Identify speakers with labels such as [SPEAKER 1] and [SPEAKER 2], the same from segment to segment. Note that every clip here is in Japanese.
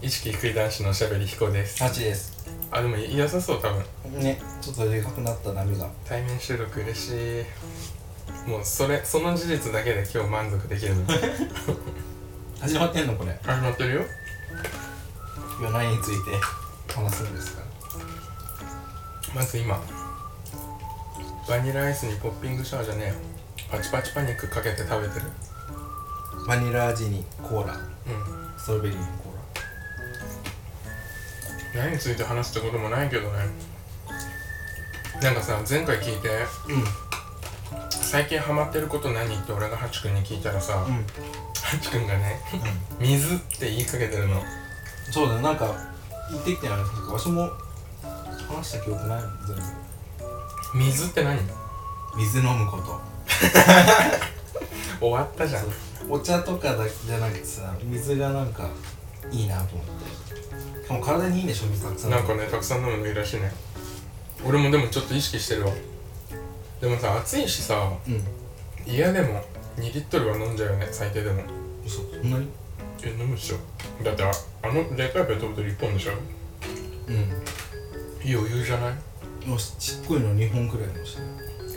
[SPEAKER 1] 意識低い男子のおしゃべり彦です
[SPEAKER 2] マチです
[SPEAKER 1] あでもい良さそう多分
[SPEAKER 2] ねちょっとでかくなった波が
[SPEAKER 1] 対面収録嬉しいもうそれその事実だけで今日満足できる の
[SPEAKER 2] 始まってんのこれ
[SPEAKER 1] 始まってるよ
[SPEAKER 2] 今何について話すんですか
[SPEAKER 1] まず今バニラアイスにポッピングシャワーじゃねえパチパチパニックかけて食べてる
[SPEAKER 2] バニラ味にコーラ
[SPEAKER 1] うん
[SPEAKER 2] ストロベリーにコー
[SPEAKER 1] 何について話すってこともないけどねなんかさ前回聞いて
[SPEAKER 2] ラ
[SPEAKER 1] 最近ハマってること何って俺がハチ君に聞いたらさ、
[SPEAKER 2] うんうん、
[SPEAKER 1] ハチ君がね 水って言いかけてるの
[SPEAKER 2] そうだよなんか言ってきてないわしも話した記憶ないもん全部
[SPEAKER 1] 水って何
[SPEAKER 2] 水飲むこと
[SPEAKER 1] 終わったじゃん
[SPEAKER 2] お茶とかだけじゃなくてさ水がなんかいいなと思ってしかも体にいいんでしょ水たくさん
[SPEAKER 1] なんかねたくさん飲むのいいらしいね俺もでもちょっと意識してるわでもさ暑いしさ
[SPEAKER 2] うん
[SPEAKER 1] 嫌でも2リットルは飲んじゃうよね最低でも
[SPEAKER 2] 嘘そんなに
[SPEAKER 1] え飲むでしょだってああのでかいペットボトル1本でしょ
[SPEAKER 2] うん
[SPEAKER 1] 余裕じゃない
[SPEAKER 2] もうちっこいの2本くらいのし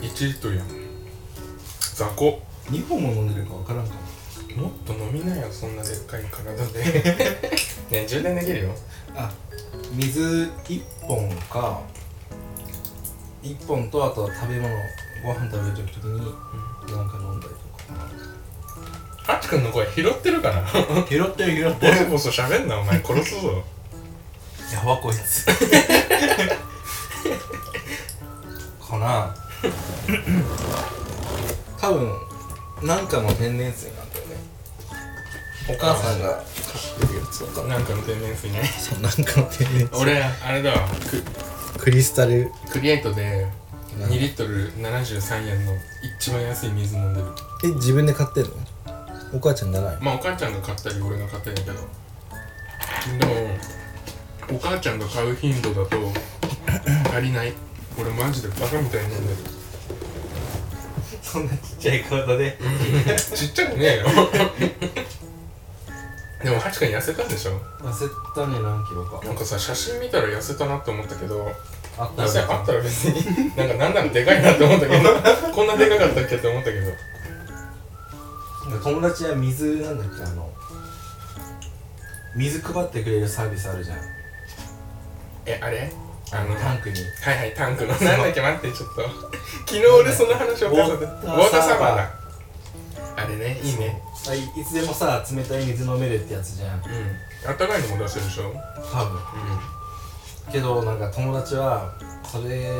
[SPEAKER 1] 1リットルやん雑魚
[SPEAKER 2] 2本も飲んでるか分からんかも
[SPEAKER 1] もっと飲みなよそんなでっかい体で ね充電できるよ
[SPEAKER 2] あ水1本か1本とあとは食べ物ご飯食べるときになんか飲んだりと
[SPEAKER 1] ハチ君の声拾ってるから
[SPEAKER 2] か拾ってる拾っ
[SPEAKER 1] ボソボソ喋んなお前殺すぞ
[SPEAKER 2] やばこいつかな多分なんかの天然水なんだよねお母さんが買ってるやつとか
[SPEAKER 1] なんかの天然水ね
[SPEAKER 2] そうなんかの天然
[SPEAKER 1] 俺あれだわク
[SPEAKER 2] クリスタル
[SPEAKER 1] クリエイトで2リットル73円の一番安い水飲んでる
[SPEAKER 2] え自分で買ってんのお母ちゃんじゃない
[SPEAKER 1] まあお母ちゃんが買ったり俺が買ったりだけどでもお母ちゃんが買う頻度だと足りない俺マジでバカみたいに飲んでる
[SPEAKER 2] そんなちっちゃい体で
[SPEAKER 1] ちっちゃくねえよ でもハチ君痩せたんでしょ
[SPEAKER 2] 痩せたね何キロか
[SPEAKER 1] なんかさ写真見たら痩せたなって思ったけど
[SPEAKER 2] あった
[SPEAKER 1] 実際あ
[SPEAKER 2] ら
[SPEAKER 1] ったら別になんかなんならでかいなって思ったけどこんなでかかったっけって思ったけど
[SPEAKER 2] 友達は水なんだっけあの水配ってくれるサービスあるじゃん
[SPEAKER 1] えあれあの
[SPEAKER 2] タンクに
[SPEAKER 1] はいはいタンクのなんだっけ待ってちょっと昨日俺その話を聞かせてウ
[SPEAKER 2] ウォーター
[SPEAKER 1] ォーターサーバー
[SPEAKER 2] サ
[SPEAKER 1] だあれねいいね
[SPEAKER 2] あいいつでもさ冷たい水飲めるってやつじゃん
[SPEAKER 1] うんあったかいのも出せるでしょうん
[SPEAKER 2] 多分けどなんか友達はそれ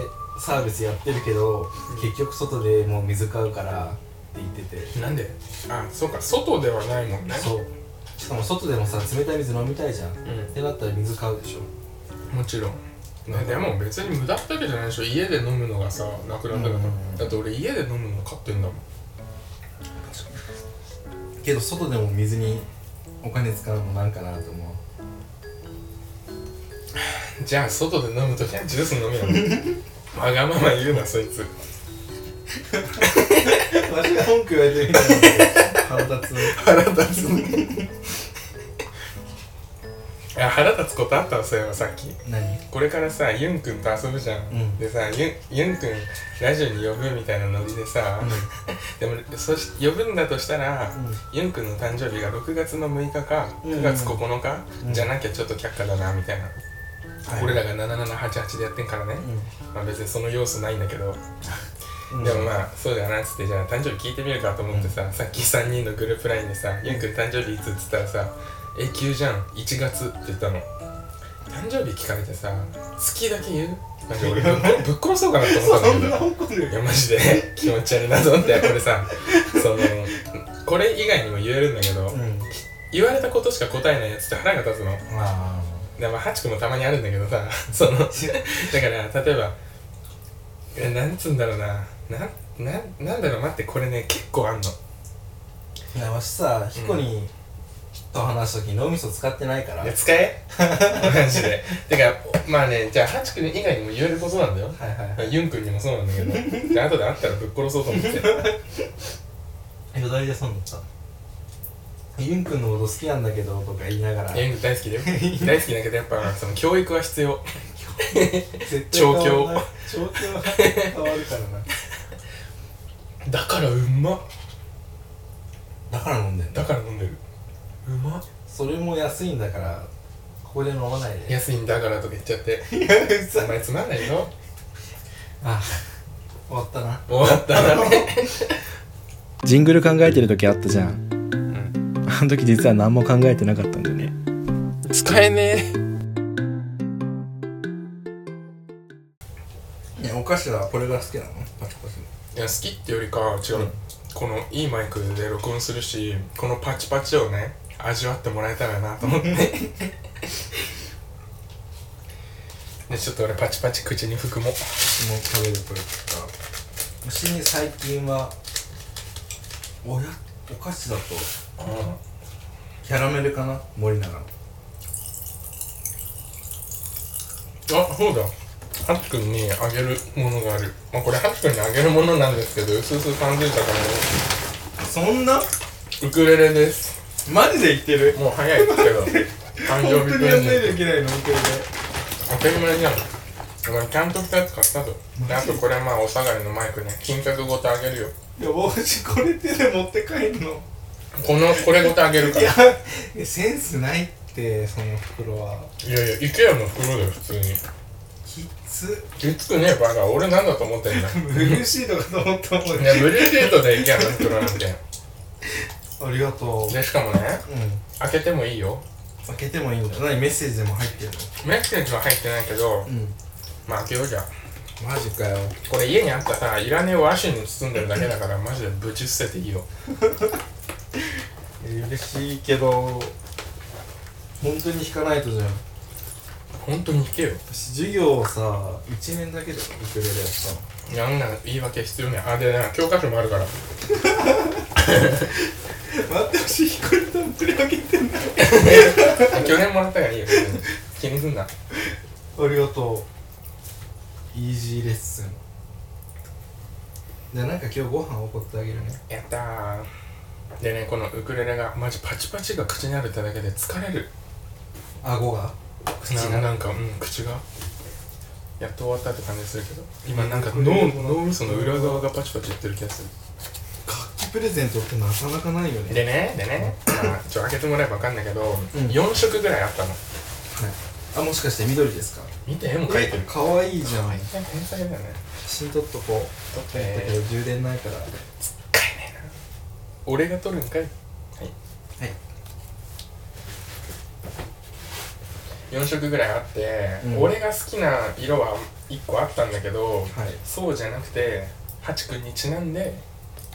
[SPEAKER 2] サービスやってるけど結局外でもう水買うからって言ってて
[SPEAKER 1] なんであそうか外ではないもんね
[SPEAKER 2] そうしかも外でもさ冷たい水飲みたいじゃんっ
[SPEAKER 1] う
[SPEAKER 2] てなったら水買うでしょ
[SPEAKER 1] んもちろんね、でも別に無駄ったわけじゃないでしょ家で飲むのがさなくなったから、
[SPEAKER 2] うん
[SPEAKER 1] だって俺家で飲むの買ってんだもん
[SPEAKER 2] けど外でも水にお金使うのもなんかなと思う
[SPEAKER 1] じゃあ外で飲むときはジュース飲めよ わがまま言うなそいつ
[SPEAKER 2] わしが文句言われてるみたいなんで腹立つ
[SPEAKER 1] 腹立つね いや腹立つことあったわそれはさっき
[SPEAKER 2] 何
[SPEAKER 1] これからさユンくんと遊ぶじゃん、
[SPEAKER 2] うん
[SPEAKER 1] でさユンユンくんラジオに呼ぶみたいなノリでさ、 でもそし呼ぶんだとしたら、ユンくんの誕生日が6月の6日か
[SPEAKER 2] うん
[SPEAKER 1] 9月9日、
[SPEAKER 2] うん
[SPEAKER 1] じゃなきゃちょっと却下だなみたいな、俺らが7788でやってんからね、まあ別にその要素ないんだけど、
[SPEAKER 2] うん
[SPEAKER 1] でもまあそうだなっつってじゃあ誕生日聞いてみるかと思ってさ、さっき3人のグループ LINE でさ「ユンくん誕生日いつ?」っつったらさ「永久じゃん1月」って言ったの誕生日聞かれてさ「好きだけ言う?」マジで 俺ぶっこぶっ殺そうかなと思った
[SPEAKER 2] そ
[SPEAKER 1] ん
[SPEAKER 2] ん
[SPEAKER 1] だ
[SPEAKER 2] な
[SPEAKER 1] け
[SPEAKER 2] 怒る
[SPEAKER 1] どいやマジで気持ち悪いなと思ってこれ さそのこれ以外にも言えるんだけど、
[SPEAKER 2] うん
[SPEAKER 1] 言われたことしか答えないやつって腹が立つの
[SPEAKER 2] まあ
[SPEAKER 1] でまあハチ君もたまにあるんだけどさ そのだから例えばえなんつうんだろうななんなんなんだろう待ってこれね結構あんの
[SPEAKER 2] いやわしさヒコにと話すとき脳みそ使ってないから
[SPEAKER 1] い
[SPEAKER 2] は
[SPEAKER 1] や
[SPEAKER 2] い
[SPEAKER 1] 使え マジでてかまあねじゃあハチ君以外にも言えることなんだよ
[SPEAKER 2] は
[SPEAKER 1] ユン君にもそうなんだけどじゃあ後で会ったらぶっ殺そうと思って
[SPEAKER 2] いよだれ出そうになったユンくんのこと好きなんだけどとか言いながら
[SPEAKER 1] ヤング大好きだよ大好きだけどやっぱその教育は必要
[SPEAKER 2] 絶対
[SPEAKER 1] 調教
[SPEAKER 2] 変わんない調教は変わるからな
[SPEAKER 1] だからうまっ
[SPEAKER 2] だから飲んでん
[SPEAKER 1] だ
[SPEAKER 2] だ
[SPEAKER 1] から飲んでるうまっ
[SPEAKER 2] それも安いんだからここで飲まない で
[SPEAKER 1] 安いんだからとか言っちゃって
[SPEAKER 2] いやう
[SPEAKER 1] お前つまんないぞ
[SPEAKER 2] あ終わったな
[SPEAKER 1] 終わったな
[SPEAKER 3] ジングル考えてる時あったじゃん、あの時実は何も考えてなかったんだよね
[SPEAKER 1] 使えねえ
[SPEAKER 2] いやお菓子はこれが好きなのパチパチ
[SPEAKER 1] いや好きってよりかは違う、このいいマイクで録音するしこのパチパチをね味わってもらえたらなと思って でちょっと俺パチパチ口に含もう
[SPEAKER 2] もう食べるこれとか私に最近はおやお菓子だとキャラメルかな森永の
[SPEAKER 1] あそうだハッくんにあげるものがある、まあ、これハッくんにあげるものなんですけどうすうす感じたから
[SPEAKER 2] そんな
[SPEAKER 1] ウクレレです
[SPEAKER 2] マジで言ってる
[SPEAKER 1] もう早いけど 誕生日プレゼント
[SPEAKER 2] けないの本当にね
[SPEAKER 1] 当たり前じゃんお前ちゃんとしたやつ買ったぞであとこれまあお下がりのマイクね金額ごとあげるよ
[SPEAKER 2] いや私これ手で持って帰んの
[SPEAKER 1] このこれごとあげるか
[SPEAKER 2] い
[SPEAKER 1] ら
[SPEAKER 2] やセンスないってその袋はい
[SPEAKER 1] やいや IKEA の袋だよ普通に
[SPEAKER 2] きっつ
[SPEAKER 1] きつくねえバカ俺なんだと思ってんだ い
[SPEAKER 2] ブルーシートかと思ったもん
[SPEAKER 1] やブルーシートで IKEA の袋なんて
[SPEAKER 2] ありがとう
[SPEAKER 1] でしかもね
[SPEAKER 2] うん
[SPEAKER 1] 開けてもいいよ
[SPEAKER 2] 開けてもいいんだ何メッセージでも入ってる
[SPEAKER 1] メッセージは入ってないけど
[SPEAKER 2] のうん
[SPEAKER 1] まあ開けようじゃん
[SPEAKER 2] マジかよ
[SPEAKER 1] これ家にあったさいらねえ和紙に包んでるだけだからマジでぶち捨てていいよ
[SPEAKER 2] 嬉しいけど本当に引かないとじゃん
[SPEAKER 1] 本当に引けよ
[SPEAKER 2] 私授業をさ1年だけでウクレレやったの
[SPEAKER 1] なんなら言い訳必要ねあでな教科書もあるから
[SPEAKER 2] 待って私ひこりとウクレレあげてんだ
[SPEAKER 1] 去年もらったからいいよ別に気にすんな
[SPEAKER 2] ありがとうイージーレッスンでなんか今日ご飯おごってあげるね
[SPEAKER 1] やったーでねこのウクレレがマジパチパチが口にあるってだけで疲れる
[SPEAKER 2] 顎が口
[SPEAKER 1] な
[SPEAKER 2] が
[SPEAKER 1] なんかうん口がやっと終わったって感じするけど今
[SPEAKER 2] うん
[SPEAKER 1] なんか
[SPEAKER 2] これ
[SPEAKER 1] 脳
[SPEAKER 2] これ
[SPEAKER 1] 脳みその裏側がパチパチいってる気がす
[SPEAKER 2] 楽器プレゼントってなかなかないよ
[SPEAKER 1] る
[SPEAKER 2] ね
[SPEAKER 1] でねでねまあちょ開けてもらえば分かんないけど、
[SPEAKER 2] うん
[SPEAKER 1] 4色ぐらいあったの
[SPEAKER 2] あもしかして緑ですか
[SPEAKER 1] 見て絵も描いてる
[SPEAKER 2] えかわいいじゃん
[SPEAKER 1] 天才だよね
[SPEAKER 2] 写真撮っとこう
[SPEAKER 1] 撮っ
[SPEAKER 2] だけ
[SPEAKER 1] て
[SPEAKER 2] ど充電ないから
[SPEAKER 1] 俺が撮るんかい
[SPEAKER 2] はい
[SPEAKER 1] 4色ぐらいあって、
[SPEAKER 2] うん
[SPEAKER 1] 俺が好きな色は1個あったんだけど
[SPEAKER 2] はい
[SPEAKER 1] そうじゃなくてハチ君にちなんで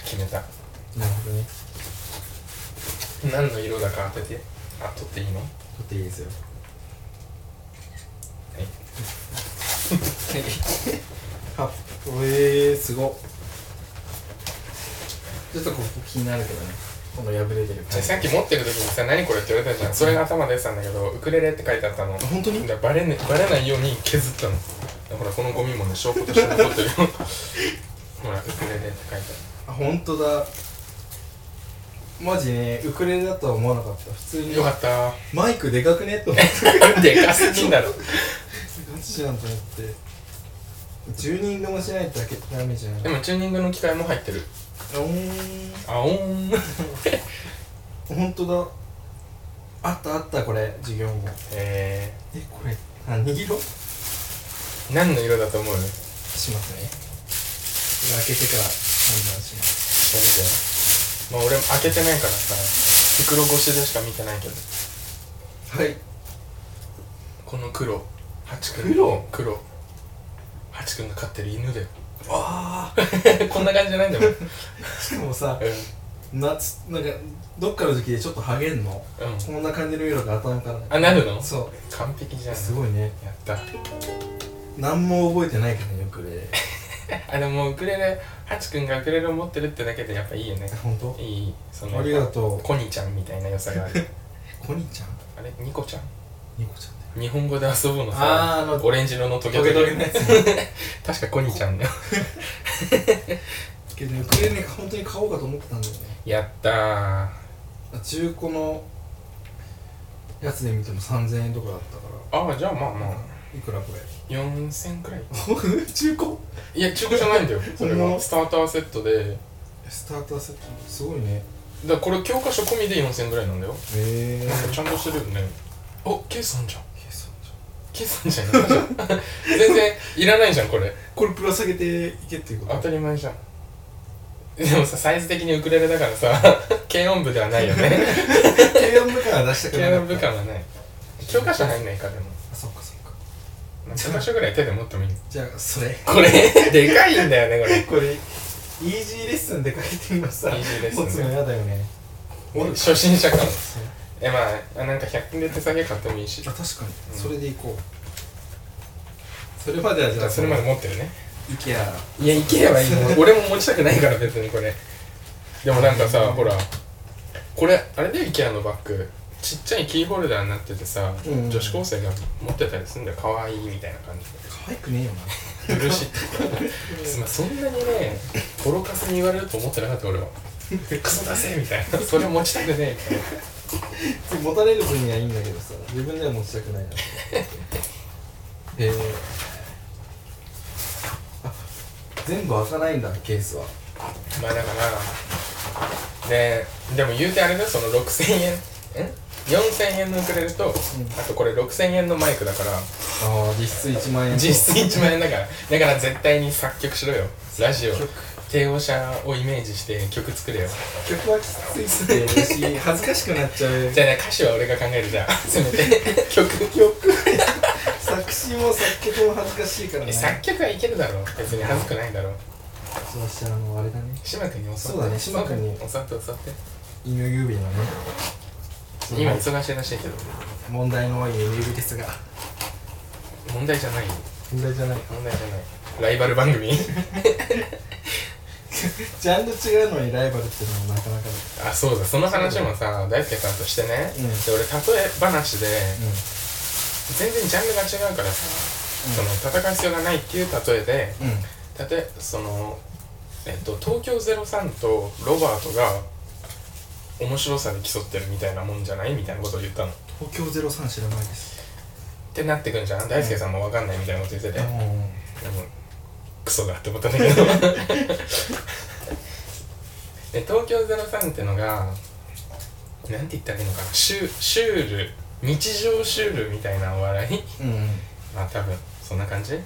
[SPEAKER 1] 決めた
[SPEAKER 2] なるほどね
[SPEAKER 1] 何の色だか当ててあ取っていいの
[SPEAKER 2] 撮っていいです よ
[SPEAKER 1] はい
[SPEAKER 2] はっえー、すごっちょっとここ気になるけどねこの破れてる
[SPEAKER 1] じゃ
[SPEAKER 2] 感
[SPEAKER 1] あ
[SPEAKER 2] じ
[SPEAKER 1] さっき持ってる時にさ何これって言われたじゃんそれが頭出てたんだけどウクレレって書いてあったのだか
[SPEAKER 2] 本当に
[SPEAKER 1] らバレ,、ね、バレないように削ったのだからこのゴミもね証拠として残 ってるよほらウクレレって書いて
[SPEAKER 2] あ本当だマジねウクレレだとは思わなかった普通
[SPEAKER 1] あ
[SPEAKER 2] に
[SPEAKER 1] るよかった
[SPEAKER 2] マイクでかくねと思って
[SPEAKER 1] ー でかすぎんだろ
[SPEAKER 2] ガチじゃんと思って10人でもしないとだけダメじゃん
[SPEAKER 1] でもチューニングの機械も入ってる
[SPEAKER 2] あおーん
[SPEAKER 1] あおーん
[SPEAKER 2] 本当だあったあったこれ授業も
[SPEAKER 1] え
[SPEAKER 2] えこれ何色し
[SPEAKER 1] ー、何の色だと思う見て
[SPEAKER 2] ますねこれ開けてから判断します
[SPEAKER 1] まあ俺も開けてないからさ袋越しでしか見てないけど
[SPEAKER 2] はい
[SPEAKER 1] この黒ハチ君
[SPEAKER 2] 黒
[SPEAKER 1] 黒ハチ君が飼ってる犬だよ
[SPEAKER 2] あ
[SPEAKER 1] こんな感じじゃないんだもん
[SPEAKER 2] あしかもさ
[SPEAKER 1] う
[SPEAKER 2] 夏なんかどっかの時期でちょっとハゲんの
[SPEAKER 1] ん、うん、
[SPEAKER 2] こんな感じの色が頭から
[SPEAKER 1] あなるの
[SPEAKER 2] そ
[SPEAKER 1] 完璧じゃ
[SPEAKER 2] うんす
[SPEAKER 1] い
[SPEAKER 2] ごいね
[SPEAKER 1] やった
[SPEAKER 2] 何も覚えてないけどねよくね
[SPEAKER 1] あでもウクレレハチ君がウクレレを持ってるってだけでやっぱいいよね
[SPEAKER 2] 本当
[SPEAKER 1] いいその
[SPEAKER 2] ありがと
[SPEAKER 1] コニちゃんみたいな良さがある
[SPEAKER 2] うコニちゃん
[SPEAKER 1] あれニコちゃん
[SPEAKER 2] ニコちゃんだよ
[SPEAKER 1] 日本語で遊ぶのさ
[SPEAKER 2] あーあの
[SPEAKER 1] オレンジ色のトゲ
[SPEAKER 2] ト
[SPEAKER 1] トゲ
[SPEAKER 2] ゲトゲのやつ
[SPEAKER 1] 確かコニちゃんだよ
[SPEAKER 2] けどねウクレレね本当に買おうかと思ってたんだよね
[SPEAKER 1] やったー
[SPEAKER 2] 中古のやつで見ても3000円とかだったから
[SPEAKER 1] ああじゃあまあまあ
[SPEAKER 2] いくらこれ
[SPEAKER 1] 4000くらい
[SPEAKER 2] 中古
[SPEAKER 1] いや中古じゃないんだよそれ
[SPEAKER 2] ほん
[SPEAKER 1] は
[SPEAKER 2] ま
[SPEAKER 1] スターターセットで
[SPEAKER 2] スターターセットすごいね
[SPEAKER 1] だからこれ教科書込みで4000くらいなんだよ
[SPEAKER 2] へえ
[SPEAKER 1] なんかちゃんとしてるよねおケイさんじゃん
[SPEAKER 2] そうじ
[SPEAKER 1] ケイさんじゃん 全然いらないじゃんこれ
[SPEAKER 2] ゃんこれぶら下げていけっていうこ
[SPEAKER 1] 当
[SPEAKER 2] と
[SPEAKER 1] たり前じゃんでもさサイズ的にウクレレだからさ 軽音部ではないよね
[SPEAKER 2] 軽音部から出したくな
[SPEAKER 1] 軽
[SPEAKER 2] か
[SPEAKER 1] 音
[SPEAKER 2] っ
[SPEAKER 1] 部
[SPEAKER 2] た
[SPEAKER 1] 感はない教科書入んないかでも
[SPEAKER 2] あそっかそっか
[SPEAKER 1] まあ教科書ぐらい手で持ってもいい
[SPEAKER 2] じゃあそれ
[SPEAKER 1] これでかいんだよねこれ
[SPEAKER 2] これイージーレッスンで書いてみました
[SPEAKER 1] イージーレッスン
[SPEAKER 2] 持
[SPEAKER 1] で
[SPEAKER 2] つの嫌だよね
[SPEAKER 1] 俺初心者感
[SPEAKER 2] そう
[SPEAKER 1] えまあなんか100均で手下げ買ってもいいし
[SPEAKER 2] あ確かに、
[SPEAKER 1] うん
[SPEAKER 2] それでいこうそれまではじ
[SPEAKER 1] じ
[SPEAKER 2] ゃ
[SPEAKER 1] ゃ
[SPEAKER 2] あ
[SPEAKER 1] あそれまで持ってるね
[SPEAKER 2] IKEA
[SPEAKER 1] いや行けばいいもん俺も持ちたくないから別にこれでもなんかさほらこれあれで IKEA のバッグちっちゃいキーホルダーになっててさ、
[SPEAKER 2] うん
[SPEAKER 1] 女子高生が持ってたりするんだよかわいいみたいな感じで
[SPEAKER 2] 可愛くねえよな
[SPEAKER 1] 苦しいまあそんなにねボロカスに言われると思ってなかった俺はクソ出せみたいなそれ持ちたくねえみたいな
[SPEAKER 2] 持たれる分にはいいんだけどさ自分では持ちたくない なえー、あ全部開かないんだケースは
[SPEAKER 1] まあだからねでも言うてあれだよその6000円ん4000円のくれると、あとこれ6000円のマイクだから
[SPEAKER 2] ああ実質1万円と
[SPEAKER 1] 実質1万円だからだから絶対に作曲しろよラジオ
[SPEAKER 2] 曲
[SPEAKER 1] 帝王者をイメージして曲作れよ
[SPEAKER 2] 曲はきついっすね私 恥ずかしくなっちゃう
[SPEAKER 1] じゃあね歌詞は俺が考えるじゃあせめて曲曲
[SPEAKER 2] 作詞も作曲も恥ずかしいからね
[SPEAKER 1] 作曲はいけるだろう別に恥ずくないだろう
[SPEAKER 2] そうしたらもうあれだね
[SPEAKER 1] 島君に教わって
[SPEAKER 2] そうだね島君に
[SPEAKER 1] 教わって教わって
[SPEAKER 2] 犬指のね
[SPEAKER 1] 今忙しいらしいけど
[SPEAKER 2] 問題の多い犬指ですが
[SPEAKER 1] 問題じゃない
[SPEAKER 2] 問題じゃないか
[SPEAKER 1] 問題じゃないライバル番組
[SPEAKER 2] ジャンル違うのにライバルっていうのもなかなかだ
[SPEAKER 1] あそうだその話もさ大輔さんとしてね、
[SPEAKER 2] うん
[SPEAKER 1] で俺例え話で
[SPEAKER 2] うんうん
[SPEAKER 1] 全然ジャンルが違うからさ、その戦う必要がないっていう例えで例えそのえっと東京03とロバートが面白さで競ってるみたいなもんじゃないみたいなことを言ったのっ
[SPEAKER 2] 東京03知らないです
[SPEAKER 1] てなってくんじゃん大輔さんも分かんないみたいなこと言ってて、
[SPEAKER 2] うん
[SPEAKER 1] でもクソだって思ったんだけど で東京03ってのがなんて言ったらいいのかなシュシュール日常シュールみたいなお笑い
[SPEAKER 2] うん
[SPEAKER 1] まあ多分そんな感じ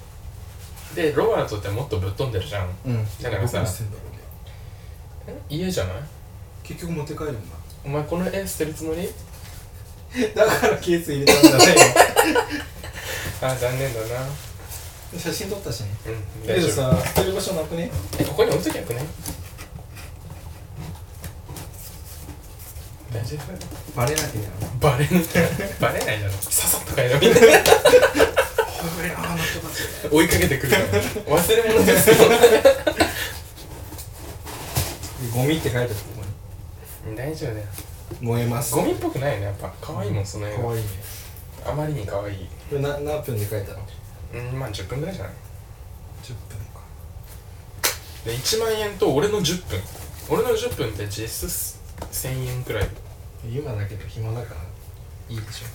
[SPEAKER 1] でロバートってもっとぶっ飛んでるじゃんん
[SPEAKER 2] うんうん
[SPEAKER 1] だからさ
[SPEAKER 2] どこに捨てんだろうね
[SPEAKER 1] 家じゃない
[SPEAKER 2] 結局持って帰るんだ
[SPEAKER 1] お前この絵捨てるつもり
[SPEAKER 2] だからケース入れたんだね
[SPEAKER 1] あ残念だな
[SPEAKER 2] 写真撮ったしね
[SPEAKER 1] うん
[SPEAKER 2] け
[SPEAKER 1] 大
[SPEAKER 2] ど
[SPEAKER 1] 丈夫
[SPEAKER 2] さ捨てる場所なくね
[SPEAKER 1] えここに置いときゃよくない大丈夫
[SPEAKER 2] バレなきゃいけない
[SPEAKER 1] バレないバレないだろささっとかやろみんな
[SPEAKER 2] これああなってます
[SPEAKER 1] 追いかけてくるから忘れ物ですよ
[SPEAKER 2] ゴミって書いてあるここ
[SPEAKER 1] 大丈夫だよ
[SPEAKER 2] に燃えます
[SPEAKER 1] ゴミっぽくないよねやっぱ可愛いもんその絵
[SPEAKER 2] かわ
[SPEAKER 1] が
[SPEAKER 2] いいね
[SPEAKER 1] あまりに可愛い
[SPEAKER 2] これな何分で書いたの
[SPEAKER 1] うんまあ10分ぐらいじゃない
[SPEAKER 2] 10分か
[SPEAKER 1] で1万円と俺の10分俺の10分って実質1000円くらい
[SPEAKER 2] 今だけど暇だからいいでしょ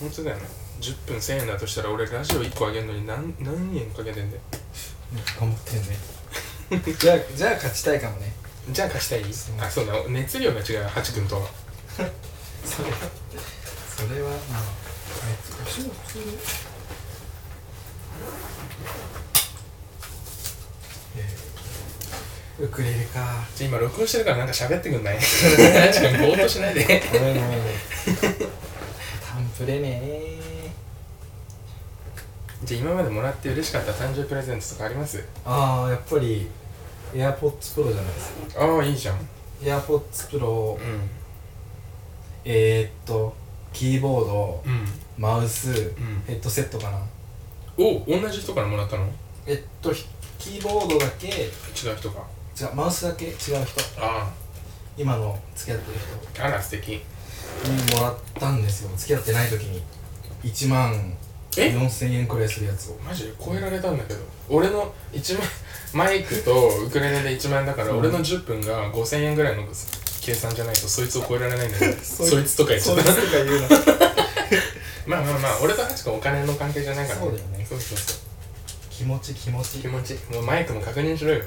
[SPEAKER 1] 本当だよね10分1000円だとしたら俺ラジオ1個あげるのに何何円かけてんだよ
[SPEAKER 2] 頑張ってんね じゃあじゃあ勝ちたいかもね
[SPEAKER 1] じゃあ貸したい
[SPEAKER 2] そう
[SPEAKER 1] あそうだ熱量が違うハチ君とは
[SPEAKER 2] それはそれはまああいつお仕事するえーウクレレか
[SPEAKER 1] じゃあ今録音してるからなんか喋ってくん ないハチ君ぼーっとしない で
[SPEAKER 2] ごめんごめんタンプレね
[SPEAKER 1] じゃあ今までもらって嬉しかった誕生日プレゼントとかあります
[SPEAKER 2] ああやっぱり AirPods Pro じゃないですか
[SPEAKER 1] ああいいじゃん
[SPEAKER 2] AirPods Pro
[SPEAKER 1] う
[SPEAKER 2] えー、っとキーボード
[SPEAKER 1] んうん
[SPEAKER 2] マウ
[SPEAKER 1] う
[SPEAKER 2] ス
[SPEAKER 1] ん
[SPEAKER 2] ヘッドセットかな
[SPEAKER 1] お同じ人からもらったの
[SPEAKER 2] えっとひキーボードだけ違
[SPEAKER 1] 違う人か
[SPEAKER 2] うマウスだけ違う人
[SPEAKER 1] あ
[SPEAKER 2] 今の付き合ってる
[SPEAKER 1] ああら素敵
[SPEAKER 2] 人にもらったんですよ付き合ってない時に1万
[SPEAKER 1] え
[SPEAKER 2] 4000円くらいするやつを
[SPEAKER 1] マジで超えられたんだけど俺の1万マイクとウクレレで1万円だから俺の10分が5000円ぐらいの計算じゃないとそいつを超えられないんだけど
[SPEAKER 2] そい
[SPEAKER 1] そいつとか言っちゃ
[SPEAKER 2] そ
[SPEAKER 1] っ
[SPEAKER 2] ういう人
[SPEAKER 1] た
[SPEAKER 2] が言うな
[SPEAKER 1] まあまあまあ俺とハチ君お金の関係じゃないから
[SPEAKER 2] そうだよね
[SPEAKER 1] そうそうそう
[SPEAKER 2] 気持ち気持ち
[SPEAKER 1] 気持ちもうマイクも確認し ろよ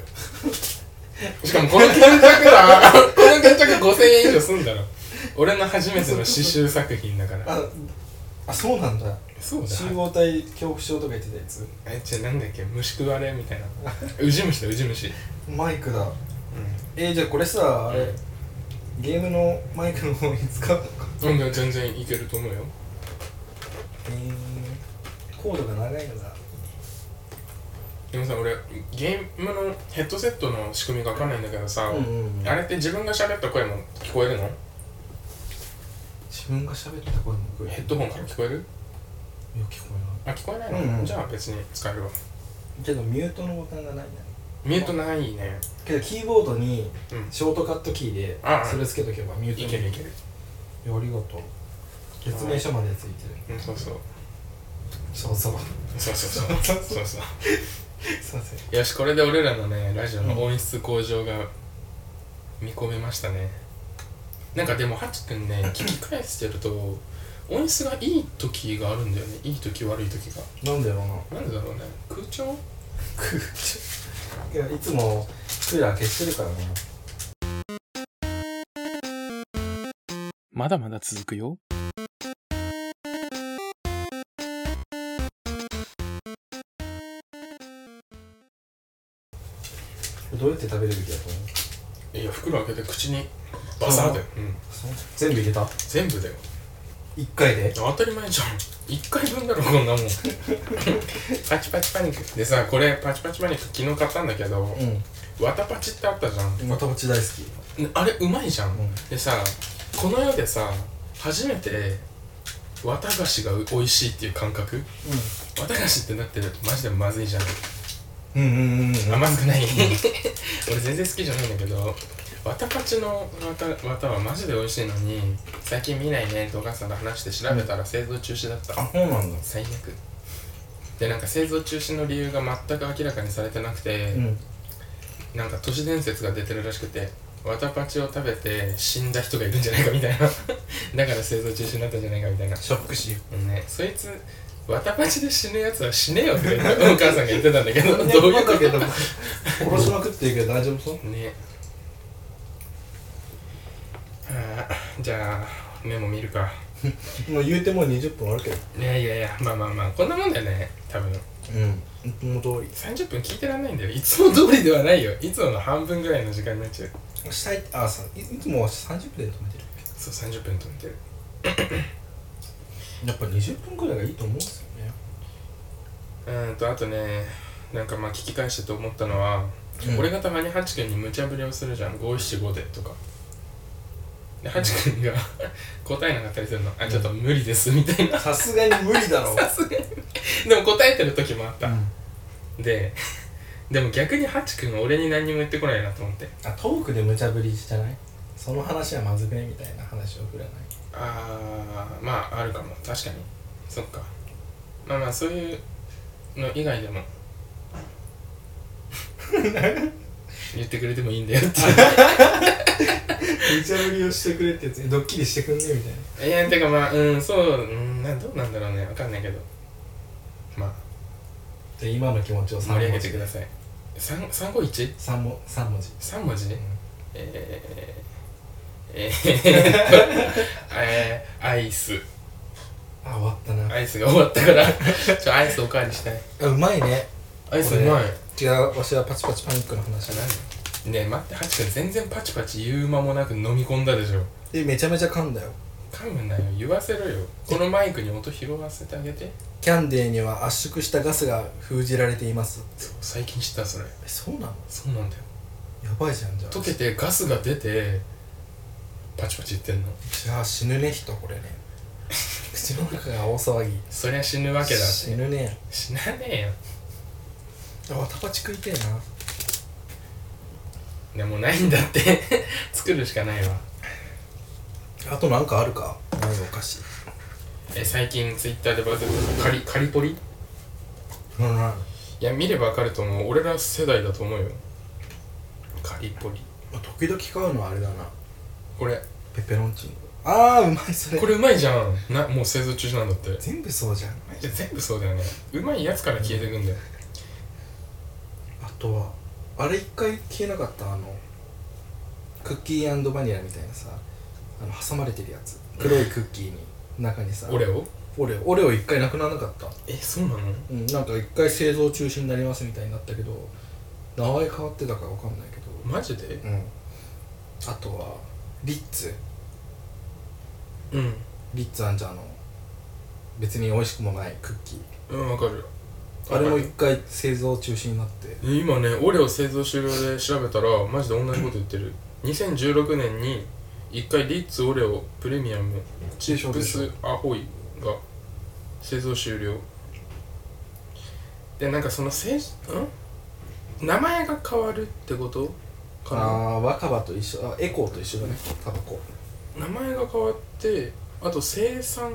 [SPEAKER 1] しかもこの検索だこの検索5000円以上すんだろ俺の初めての刺繍作品だから
[SPEAKER 2] ああそうなんだ
[SPEAKER 1] そうだ
[SPEAKER 2] 集合体恐怖症とか言ってたやつ
[SPEAKER 1] えじゃあなんだっけ虫食われみたいなウジ虫だウジ虫
[SPEAKER 2] マイクだ
[SPEAKER 1] う
[SPEAKER 2] えー、じゃあこれさあれゲームのマイクの方に使うのか
[SPEAKER 1] ん、うん、全然いけると思うよ
[SPEAKER 2] えー、コードが長いのだ
[SPEAKER 1] でもさ俺ゲームのヘッドセットの仕組みが分かんないんだけどさ、
[SPEAKER 2] うんうんうん
[SPEAKER 1] あれって自分が喋った声も聞こえるの
[SPEAKER 2] 自分が喋った声も聞こえ
[SPEAKER 1] ヘッドホンから聞こえる
[SPEAKER 2] いや聞こえ
[SPEAKER 1] あ聞こえないの、
[SPEAKER 2] うんうん
[SPEAKER 1] じゃあ別に使えるわ
[SPEAKER 2] ないけどミュートのボタンがないな
[SPEAKER 1] ミュートないね
[SPEAKER 2] けどキーボードに
[SPEAKER 1] うん
[SPEAKER 2] ショートカットキーで
[SPEAKER 1] ああ
[SPEAKER 2] それつけとけばミュート
[SPEAKER 1] いけるいけ
[SPEAKER 2] る
[SPEAKER 1] る
[SPEAKER 2] ありがとう説明書までついてる
[SPEAKER 1] うんそうそう
[SPEAKER 2] そうそう
[SPEAKER 1] そうそうそうそうそ
[SPEAKER 2] すいません
[SPEAKER 1] うよしこれで俺らのねラジオの音質向上が見込めましたねなんかでもハチ君 ね聞き返してると音質がいい時があるんだよねいい時悪い時が
[SPEAKER 2] なんだよな
[SPEAKER 1] なんでだろうね空調
[SPEAKER 2] 空調いやいつもクーラー消してるからな
[SPEAKER 1] まだまだ続くよ
[SPEAKER 2] どうやって食べるべきだと思う
[SPEAKER 1] いや袋開けて口にバサーだよ、うん、
[SPEAKER 2] 全部入れた
[SPEAKER 1] 全部だよ
[SPEAKER 2] 一回で
[SPEAKER 1] 当たり前じゃん1回分だろこんな もんパチパチパニックでさこれパチパチパニック昨日買ったんだけど
[SPEAKER 2] う
[SPEAKER 1] わたパチってあったじゃん
[SPEAKER 2] んまたもち大好き
[SPEAKER 1] あれうまいじゃん、
[SPEAKER 2] うん
[SPEAKER 1] でさこの世でさ初めて綿菓子が美味しいっていう感覚綿菓子ってだってマジでまずいじゃん
[SPEAKER 2] うんうんうんうん
[SPEAKER 1] あまずくない俺全然好きじゃないんだけど綿パチの綿綿はマジで美味しいのに最近見ないねとお母さんと話して調べたら製造中止だった、
[SPEAKER 2] あそうなんだ
[SPEAKER 1] 最悪でなんか製造中止の理由が全く明らかにされてなくて、
[SPEAKER 2] うん
[SPEAKER 1] なんか都市伝説が出てるらしくてワタパチを食べて死んだ人がいるんじゃないかみたいな だから製造中止になったんじゃないかみたいな
[SPEAKER 2] ショックしよ
[SPEAKER 1] うんねそいつワタパチで死ぬやつは死ねよってお母さんが言ってたんだけ どどういうこと
[SPEAKER 2] けど 殺しまくってるけど大丈夫そう
[SPEAKER 1] ねあーじゃあメモ見るか
[SPEAKER 2] もう言うてもう20分あるけど
[SPEAKER 1] いやいやいやまあまあまあこんなもんだよね多分
[SPEAKER 2] うんこの通
[SPEAKER 1] 30分聞いてらんないんだよいつも通りではないよいつもの半分ぐらいの時間になっちゃう
[SPEAKER 2] りしたいあさいいつもは30分で止めてる
[SPEAKER 1] そう30分止めてる
[SPEAKER 2] やっぱ20分くらいがいいと思うんですよね
[SPEAKER 1] うーんとあとねなんかまあ聞き返してと思ったのは、
[SPEAKER 2] うん
[SPEAKER 1] 俺がたまにハチ君に無茶ぶりをするじゃん五七五でとかでハチ君が答えなかったりするの「あちょっと無理です」みたい な
[SPEAKER 2] さすがに無理だろ
[SPEAKER 1] さすがにでも答えてる時もあった、ででも逆にハチ君が俺に何にも言ってこないなと思って
[SPEAKER 2] あトークで無茶ぶりじゃないその話はまずくねみたいな話を振らない
[SPEAKER 1] あーまああるかも確かにそっかまあまあそういうの以外で も言ってくれてもいいんだよって
[SPEAKER 2] 無茶ぶりをしてくれってやつえドッキリしてくんねみたいない
[SPEAKER 1] やてかまあうんそううんなんどうなんだろうねわかんないけどまあ
[SPEAKER 2] じゃあ今の気持ちを
[SPEAKER 1] 盛り上げてく
[SPEAKER 2] だ
[SPEAKER 1] ださい三三五一
[SPEAKER 2] さい3文三文字
[SPEAKER 1] 三文字、
[SPEAKER 2] ん
[SPEAKER 1] えー、えー、えーっと えー、アイス
[SPEAKER 2] あ終わったな
[SPEAKER 1] アイスが終わった からちょアイスおかわりしたい
[SPEAKER 2] あうまいね
[SPEAKER 1] アイスうまい
[SPEAKER 2] 違うわしはパチパチパニックの話だ
[SPEAKER 1] 何ねえ待ってハチ君全然パチパチ言う間もなく飲み込んだでしょ
[SPEAKER 2] でめちゃめちゃ噛んだよ
[SPEAKER 1] 噛むなよ言わせろよこのマイクに音拾わせてあげて
[SPEAKER 2] キャンデーには圧縮したガスが封じられています
[SPEAKER 1] 最近知ったそれ
[SPEAKER 2] えそうなの
[SPEAKER 1] そうなんだよ
[SPEAKER 2] やばいじゃんじゃ
[SPEAKER 1] 溶けてガスが出てパチパチいってんの
[SPEAKER 2] じゃあ死ぬね人これね口の中が大騒ぎ
[SPEAKER 1] そりゃ死ぬわけだ
[SPEAKER 2] 死ぬね
[SPEAKER 1] 死なねえよ
[SPEAKER 2] あわたパチ食いてえな
[SPEAKER 1] でもないんだって 作るしかないわ
[SPEAKER 2] あとなんかあるかないお菓子
[SPEAKER 1] え最近ツイッターでバズってたカリカリポリい
[SPEAKER 2] うんない
[SPEAKER 1] や見ればわかると思う俺ら世代だと思うよカリポリ
[SPEAKER 2] 時々買うのはあれだな
[SPEAKER 1] これ
[SPEAKER 2] ペペロンチーノああうまいそれ
[SPEAKER 1] これうまいじゃんなもう製造中止なんだってい
[SPEAKER 2] 全部そうじゃん
[SPEAKER 1] や全部そうだよねうまいやつから消えてくんだよ
[SPEAKER 2] あとはあれ一回消えなかったあのクッキーバニラみたいなさあの挟まれてるやつ黒いクッキーに中にさ
[SPEAKER 1] オレオ
[SPEAKER 2] オレオオレオ一回なくならなかった
[SPEAKER 1] えそうなの
[SPEAKER 2] うんなんか一回製造中止になりますみたいになったけど名前変わってたかわかんないけど
[SPEAKER 1] マジで
[SPEAKER 2] うんあとはリッツ
[SPEAKER 1] うん
[SPEAKER 2] リッツあんじゃんあの別に美味しくもないクッキ
[SPEAKER 1] うんわかる
[SPEAKER 2] ーあれも
[SPEAKER 1] わか
[SPEAKER 2] 一
[SPEAKER 1] る
[SPEAKER 2] 回製造中止になって
[SPEAKER 1] え今ねオレオ製造終了で調べたらマジで同じこと言ってる2016年に一回リッツオレオプレミアムチップスアホイが製造終了でなんかそのせいん名前が変わるってことかな
[SPEAKER 2] あー若葉と一緒あエコーと一緒だねタバコ
[SPEAKER 1] 名前が変わってあと生産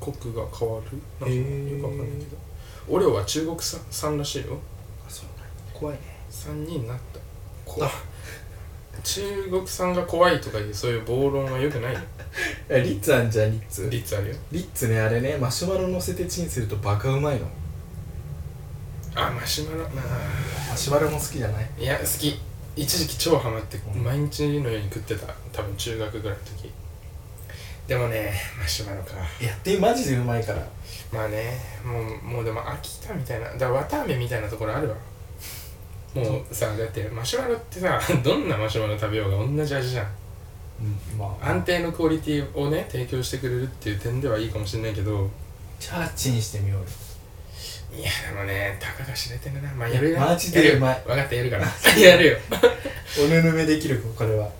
[SPEAKER 1] 国が変わるなんか
[SPEAKER 2] へ
[SPEAKER 1] よ
[SPEAKER 2] ー
[SPEAKER 1] くわかんないけどオレオは中国産産らしいよ
[SPEAKER 2] あそうなん怖いね
[SPEAKER 1] 産になった怖い中国産が怖いとかいうそういう暴論はよくないよ
[SPEAKER 2] えリッツあんじゃんリッツ
[SPEAKER 1] リッツあるよ
[SPEAKER 2] リッツねあれねマシュマロ乗せてチンするとバカうまいの
[SPEAKER 1] あマシュマロなあ
[SPEAKER 2] マシュマロも好きじゃない
[SPEAKER 1] いや好き一時期超ハマって毎日のように食ってた多分中学ぐらいの時でもねマシュマロか
[SPEAKER 2] いやってマジでうまいから
[SPEAKER 1] まあねもうもうでも飽きたみたいなだから綿あめみたいなところあるわもうさだってマシュマロってさ どんなマシュマロ食べようが同じ味じゃん
[SPEAKER 2] うんまあ
[SPEAKER 1] 安定のクオリティをね提供してくれるっていう点ではいいかもしれないけど
[SPEAKER 2] チャーチンしてみようよ
[SPEAKER 1] いやでもねたかが知れてるなまあやるよ
[SPEAKER 2] マジでうまい
[SPEAKER 1] やるよ分かったや るからやるよいや
[SPEAKER 2] おぬぬめできるこれは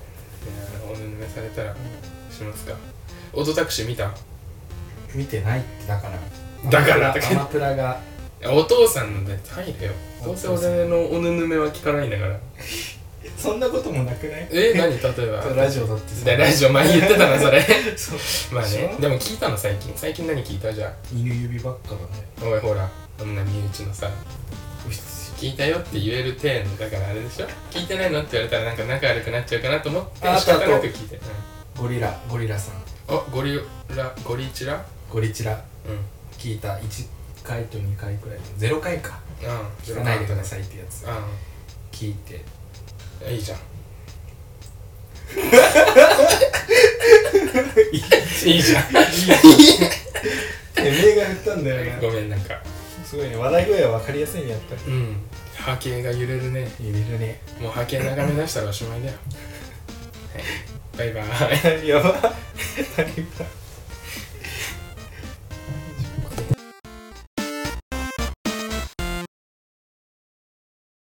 [SPEAKER 1] おぬぬめされたらしますかオートタクシー見た
[SPEAKER 2] 見てないってだから
[SPEAKER 1] だから
[SPEAKER 2] アマプラアマプラが
[SPEAKER 1] お父さんのね入れよどうせ俺のおぬぬめは聞かないんだ から
[SPEAKER 2] そんなこともなくない
[SPEAKER 1] え何例えば
[SPEAKER 2] ラジオだってさ
[SPEAKER 1] でラジオ前言ってたなそ れ
[SPEAKER 2] そう
[SPEAKER 1] まあ
[SPEAKER 2] でし
[SPEAKER 1] ね
[SPEAKER 2] ょ
[SPEAKER 1] でも聞いたの最近最近何聞いたじゃ
[SPEAKER 2] 犬指ばっかだね
[SPEAKER 1] あおいほらこんな身内のさ
[SPEAKER 2] うっす
[SPEAKER 1] 聞いたよって言える程度だからあれでしょ聞いてないのって言われたらなんか仲悪くなっちゃうかなと思って
[SPEAKER 2] あ
[SPEAKER 1] 仕方
[SPEAKER 2] あ
[SPEAKER 1] な
[SPEAKER 2] と
[SPEAKER 1] く聞いてう
[SPEAKER 2] ゴリラゴリラさん
[SPEAKER 1] んあゴリラゴリチラ
[SPEAKER 2] ゴリチラ
[SPEAKER 1] うんうん
[SPEAKER 2] 聞いた1回と2回くらい0回か聞かないでくださいってやつ
[SPEAKER 1] う
[SPEAKER 2] 聞いて
[SPEAKER 1] んいいじゃんいいじゃん
[SPEAKER 2] てめえが振ったんだよ
[SPEAKER 1] ご
[SPEAKER 2] な
[SPEAKER 1] めんなんか
[SPEAKER 2] すごいね笑い声は分かりやすいねやっぱり
[SPEAKER 1] うん波形が揺れるね
[SPEAKER 2] 入れるね
[SPEAKER 1] もう波形眺め出 したらおしまいだよ、はい、バイバイ
[SPEAKER 2] やば何が